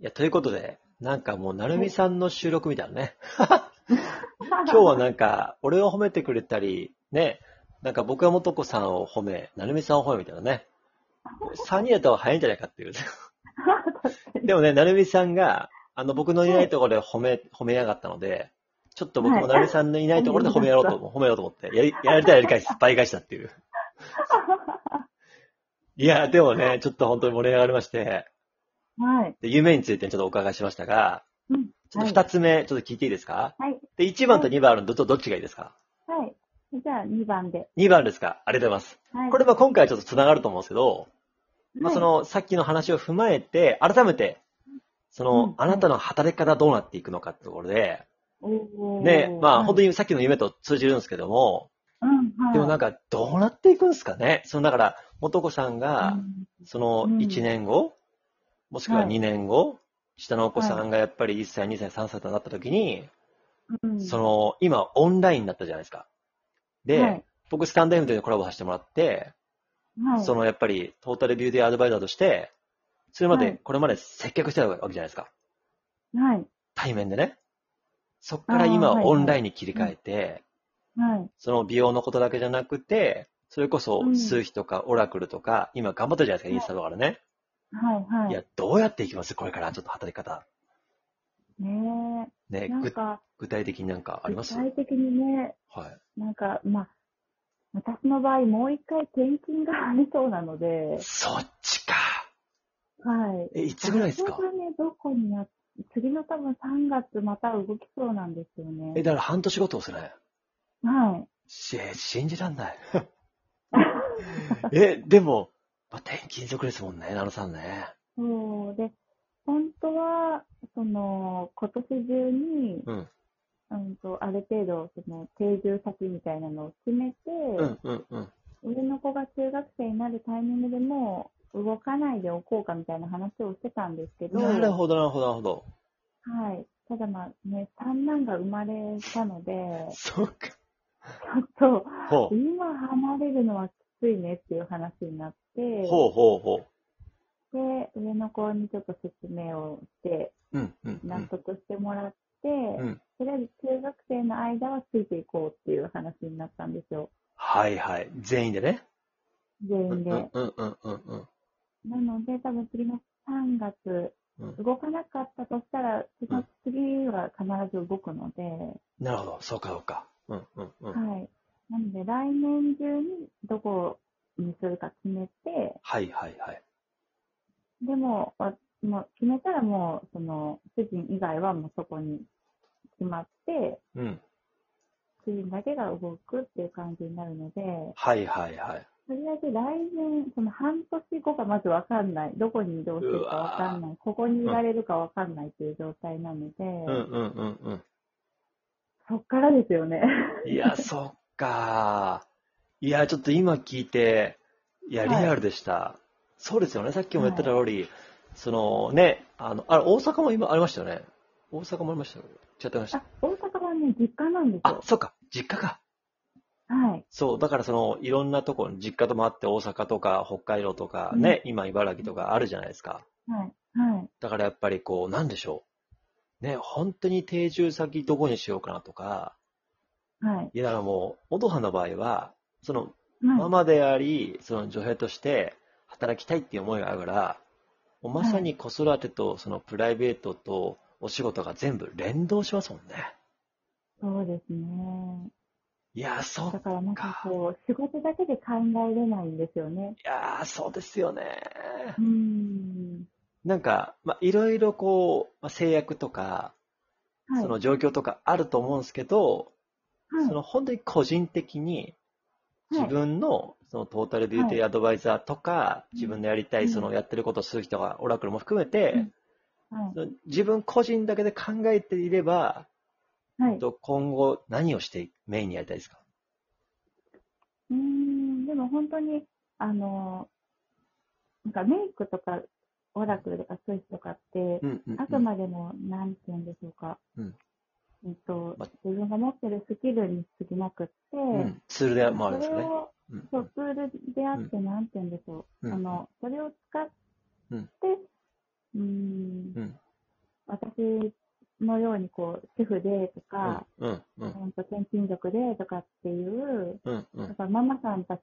いや、ということで、なんかもう、なるみさんの収録みたいなね。今日はなんか、俺を褒めてくれたり、ね、なんか僕はもとこさんを褒め、なるみさんを褒めみたいな ね。3人やった方が早いんじゃないかって いう。でもね、なるみさんが、あの、僕のいないところで褒め、褒めやがったので、ちょっと僕もなるみさんのいないところで褒めやろうと、 褒めようと思って、やり、やりたいやり返し、倍返しだって いう。いや、でもね、ちょっと本当に盛り上がりまして、はい。で夢についてちょっとお伺いしましたが、うんちょっとは二つ目、ちょっと聞いていいですかはい。で、1番と2番あるのど、どどっちがいいですかはい。じゃあ、2番で。 ?2 番ですかありがとうございます。はい。これ、まあ今回はちょっと繋がると思うんですけど、まあそ、の、さっきの話を踏まえて、改めて、そうんの、あなたの働き方どうなっていくのかってところで、おね、まあ本当に、にさっきの夢と通じるんですけども、うん、はい。でもなんか、かどうなっていくんですかねその、だから、元子さんが、そのうん1年後、もしくは2年後、下のお子さんがやっぱり1歳、2歳、3歳となった時に、うん、そ、の、今、オンラインになったじゃないですか。で、はい僕、スタンド M というコラボさせてもらって、はい、その、やっぱり、トータルビューティーアドバイザーとして、それまで、はいこれまで接客してたわけじゃないですか。はい。対面でね。そっから今、あーはいはいオンラインに切り替えて、はい。その美容のことだけじゃなくて、それこそう、ん数秘とか、オラクルとか、今頑張ってるじゃないですか、インスタとかでね。はい。はいい。や、どうやっていきますこれから、ちょっと働き方。ねえ。ね、なんぐか、具体的になんかありますは具体的にね、い。なんか、まあ、私の場合、もう一回転勤がありそうなので、そっちか。はい。え、いつぐらいですか場所がね、どこにな次の多分3月また動きそうなんですよえ、ね。だから半年後ってことですね。はい。し、信じらんない。 え、でも、まあ、転勤族ですもんね、ナノさんね。そうで、本当は、その、今年中に、うん。うんと、ある程度、その、定住先みたいなのを決めて、うん、うん、うん。上の子が中学生になるタイミングでもう、動かないでおこうかみたいな話をしてたんですけど、なるほど、なるほど、なるほど。はい。ただまあね、三男が生まれたので、そうか。ちょっと、ほう。今離れるのはきついねっていう話になって、ほうほうほで、上の子にちょっと説明をして、う。うん、うん、う納ん。得してもらって、うん。とりあえず中学生の間はついていこうっていう話になったんですよ。はいはい。全員でね。全うん、員で。うん、うん、うん、うんうん。なので、多分次の3月、うん動かなかったとしたら、その次は必ず動くので、なるほど、そうか、そうか。うん、うん、うん。はい。なので、来年中にどこにするか決めて、はいはいはい。でも、わもう決めたらもう、その、主人以外はもうそこに決まって、うん。主人だけが動くっていう感じになるので、はいはいはい。とりあえず来年、その半年後がまずわかんない。どこに移動してるかわかんない。ここにいられるかわかんないっていう状態なので、うん、うん、うん、そっからですよね。うん。いや、そっか。いや、ちょっと今聞いて、いや、リはいアルでした。そうですよね。さっきも言ってた通り、そのね、あの、あれ、大阪も今ありましたよね。大阪もありましたよ。違ってました あ。、大阪はね、実家なんですあよ、。そっか。実家か。はい。そう。だからその、いろんなとこ、実家ともあって、大阪とか、北海道とか、ね、今、茨城とかあるじゃないですか。はい。はい。だからやっぱりこう、なんでしょう。ね、本当に定住先どこにしようかなとか、はい。いや、だからもう、元さんの場合は、その、マはい。マであり、その女性として働きたいっていう思いがあるから、もうまさに子育てとそのプライベートとお仕事が全部連動しますもんね。そうですね。いやー、そう、だいからなんかこう、仕事だけで考えれないんですよね。やー、そうですよね。うーん。なんか、まあ、いろいろこう、まあ、制約とか、はい。その状況とかあると思うんですけど、はいその本当に個人的に自分のそのトータルビューティーアドバイザーとか、自分のやりたうい、んそのやってることをする人が、オラクルも含めて、うんはい。自分個人だけで考えていれば、はい。と今後何をしてメインにやりたいですかうーん。でも本当に、あの、なんかメイクとか、オラクルとかスイスとかって、うんうん、あくまでも、なんて言うんでしょうか。うん。えっとま、自分が持ってるスキルに過ぎなくって、うん、ツールでもあるんですそよれね。を、うんそう、ツールであって、なんて言うんでしょう。うんあの、それを使って、うんうーんうん私のようにこう、主婦でとか、うん、ううんん、と転勤族でとかっていう、うん、うやっん。ぱママさんたち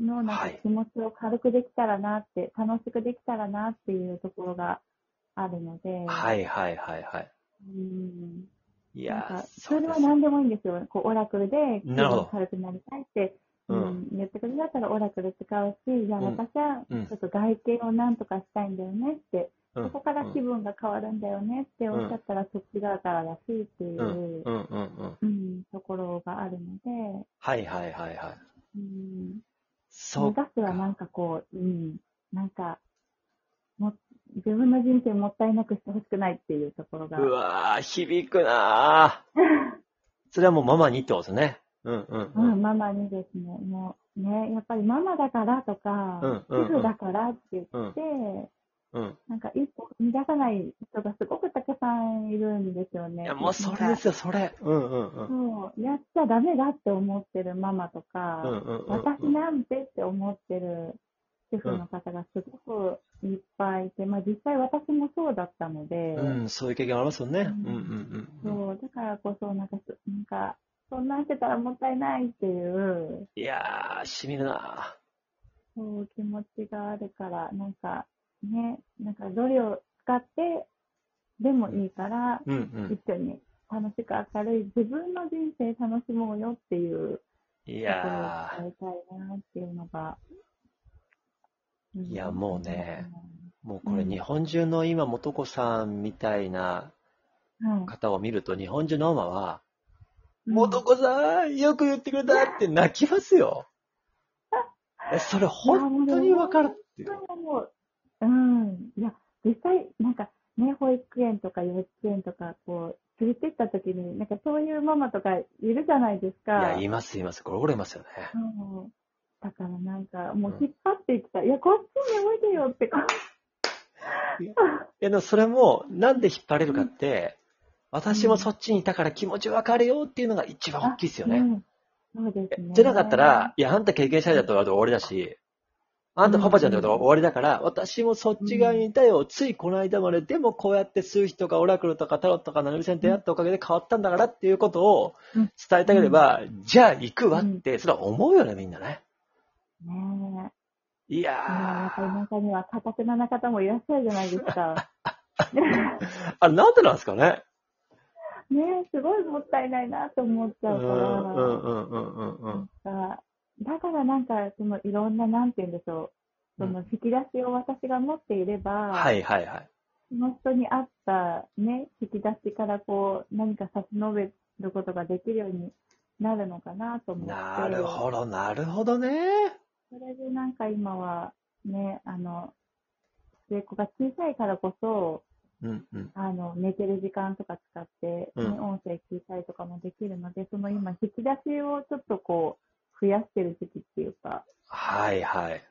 のなんはかい気持ちを軽くできたらなって、楽しくできたらなっていうところがあるので、はい、はい、はい、はい。うんいなんやーかそそうれではすね。何でもいいんですよ、こうオラクルで気なるほど分軽くなりたいって、ううんん、言ってくれたらオラクル使うし、じゃあうん私はうんちょっと外見をなんとかしたいんだよねって、うんそこから気分が変わるんだよねっておっしゃったら、そっち側からだしっていう。うん、うん、うん。うん、ところがあるので、はい、はい、はい、はい。うん、そ目う指すはなんかこう、うん、なんかも、自分の人生もったいなくしてほしくないっていうところが、うわー、響くなー。 それはもうママにってことですね。うんうんううん。ん、ママにですね、もうね、やっぱりママだからとか、うんうんうん主婦だからって言って、うん。なんか一歩踏み出さない人がすごくたくさんいるんですよね。いや、もうそれなんでかすよ、それ。うんうんうん。そう、やっちゃダメだって思ってるママとか、うんうんうん私うん。なんてって思ってる主婦の方がすごくいっぱいいて、まあ、実際私もそうだったので、うん、そういう経験ありますよね。うんうんうん。そうだからこそなんかすなんかそんなんしてたらもったいないっていういやー、しみるなそう気持ちがあるからなんかねなんかどれを使ってでもいいから、ー。うんうん。一緒に楽しく明るい自分の人生楽しもうよっていいうところをやー、伝えたいなっていうのが。うんいやもうねもうこれ日本中の今、もとこさんみたいなはい、方を見ると、日本中のママは、うんもとこさん、よく言ってくれたって泣きますよ。えそれ本当にわかるっていう。もう、うん、いや、実際、なんかね、保育園とか幼稚園とか、こう、連れてった時に、なんかそういうママとかいるじゃないですいか。や、いますいます。ゴロゴロいますよね。うんだからなんか、もううん引っ張っていきたい。いや、こっちにおいでよって、こいやでもそれも、なんで引っ張れるかって、私もそっちにいたから気持ちわかるよっていうのが一番大きいですよね。うんそうですね。じゃなかったら、、いや、あんた経験者だと終わりだし、あんたパパちゃんだと終わりだから、私もそっち側にいたよ、ついこの間まで、でもこうやって数秘とかオラクルとかタロットとかナルミさんに出会ったおかげで変わったんだからっていうことをうん伝えてあげれば、じゃあ行くわって、それは思うよね、みんなね。ねえ。いいやややっぱり中には、かたくなな方もいらっしゃるじゃないです か。ー、あれなんでなんですかね。ねえ、すごいもったいないなと思っちうゃん、ううから。ん、うん、うん、うんうん。がだからなんか、そのいろんな、なんて言うんでしょう、その引き出しを私が持っていれば、はい、はい、はい。その人に合った、ね、引き出しからこう何か差し伸べることができるようになるのかなと思って、なるほど、なるほどね。それでなんか今は、ね、あの末っ子が小さいからこそ、うんうん。あの寝てる時間とか使って、ねうん音声聞いたりとかもできるので、その今、引き出しをちょっとこう増やしてる時期っていうか。はいはい。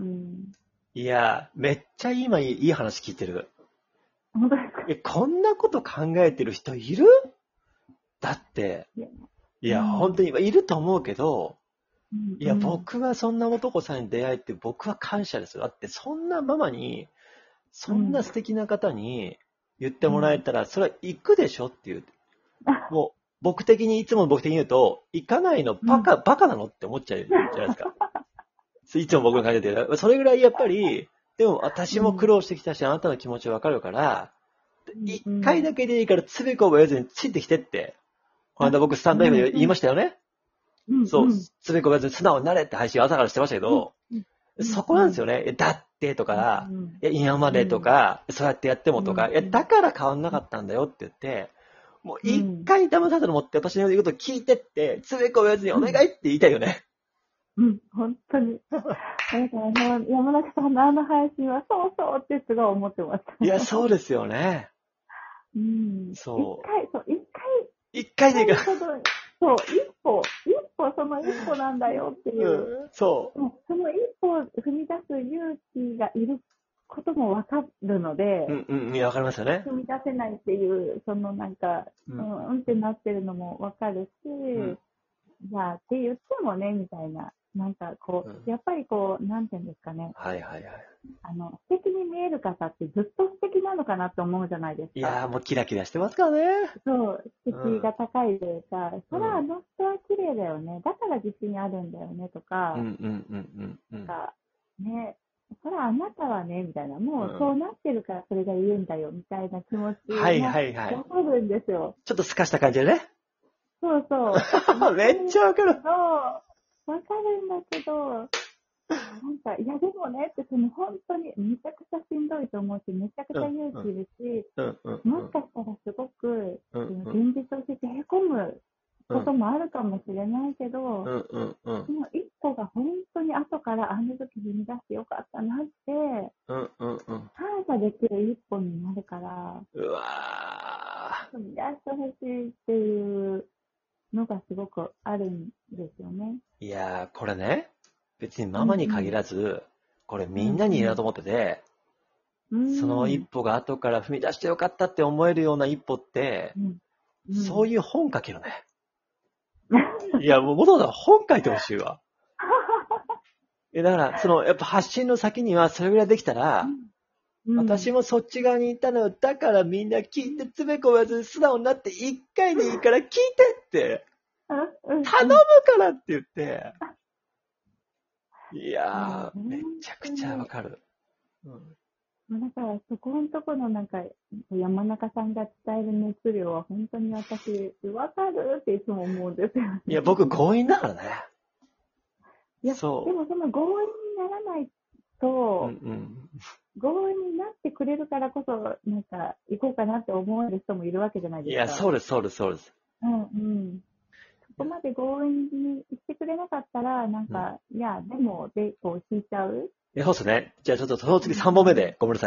うんいや、めっちゃ今いいいい話聞いてる。本当ですかえ、こんなこと考えてる人いるだっていや、いや、うん本当にいると思うけど、いや、うん僕はそんな男さんに出会えて僕は感謝ですよ。だって、そんなママに、そんな素敵な方に言ってもらえたら、それは行くでしょっていう。もう、僕的に、いつも僕的に言うと、行かないのバカ、バカなのって思っちゃうじゃないですか。いつも僕の感じで。それぐらいやっぱり、でも私も苦労してきたし、あなたの気持ちわかるから、うん一回だけでいいからつべこべ言わずについてきてって、この間僕スタンド F で言いましたよね。うんそうう、んつべこべ言わずに素直になれって配信を朝からしてましたけど、うんそこなんですよね。えだってとか、うんいや、今までとか、そうやってやってもとか、うんいや、だから変わんなかったんだよって言って、もう一回騙さずの持って私の言うことを聞いてって、つべこべやつにお願いって言いたいよね。うん、本当 に。だからね、山中さんのあの配信は、そうそうってすごい思ってました。 いや、そうですよね。うん。そう一回、そう、一一回でい回、いから。ほど、そう、一歩、一歩、その一歩なんだよっていう。うんそもうその一歩を踏み出す勇気がいることもわかるので、う。うんうん、いや、わかりますよね踏。み出せないっていう、そのなんか、ううんん、うんってなってるのもわかるし、んじゃあって言ってもね、みたいな。なんかこう、うんやっぱりこう、なんていうんですかね、はいはいはい。あの、素敵に見える方ってずっと素敵なのかなと思うじゃないですか。いやーもうキラキラしてますからね。そう、うん敷居が高いというか、そらうんあの人は綺麗だよね、だから自信あるんだよねとか、うんうんうんうんうん。なんか、ね、そらあなたはね、みたいな、もううんそうなってるからそれが言うんだよ、みたいな気持ちがはいはいはい。わかるんですよ。ちょっと透かした感じでね。 そうそう。めっちゃわかる。そう、わかるんだけど、なんか、いやでもねって、その本当にめちゃくちゃしんどいと思うし、めちゃくちゃ勇気いるし、うんうんうもんし。かしたらすごく、うそんのうん現実を知ってへこむこともあるかもしれないけど、うんうんうんその一個が本当に後からあの時踏み出してよかったなって、うんうんうん。感謝できる一歩になるから、うわ踏み出してほしいっていうのがすごくあるんですよね。ーいやーこれね、別にママに限らず、これみんなに言えるなと思ってて、うんその一歩が後から踏み出してよかったって思えるような一歩って、そういいう本書けるね。 いや、もう、元々は本書いてほしいわ。え、だから、その、やっぱ発信の先には、それぐらいできたら、うん、私も、もそっち側にいたのよ。だからみんな聞いて詰め込まずに素直になって、一回でいいから聞いてって、うん、頼むからって言って。いやー、うんめちゃくちゃわかる。うんうんだから、そこのとこのなんか、山中さんが伝える熱量は本当に私、わかるっていつも思うんですよ。いや、僕強引だからね。いやそ。でもその強引にならないうと、うんうん。強引になってくれるからこそ、なんか、行こうかなって思える人もいるわけじゃないいですか。や、そうです、そうです、そうです。うんうん。そこまで強引にしてくれなかったら、なんか、いや、でも、で、こう、引いちゃうえ、そうですね。じゃあちょっとその次3本目で、ごめんなさい。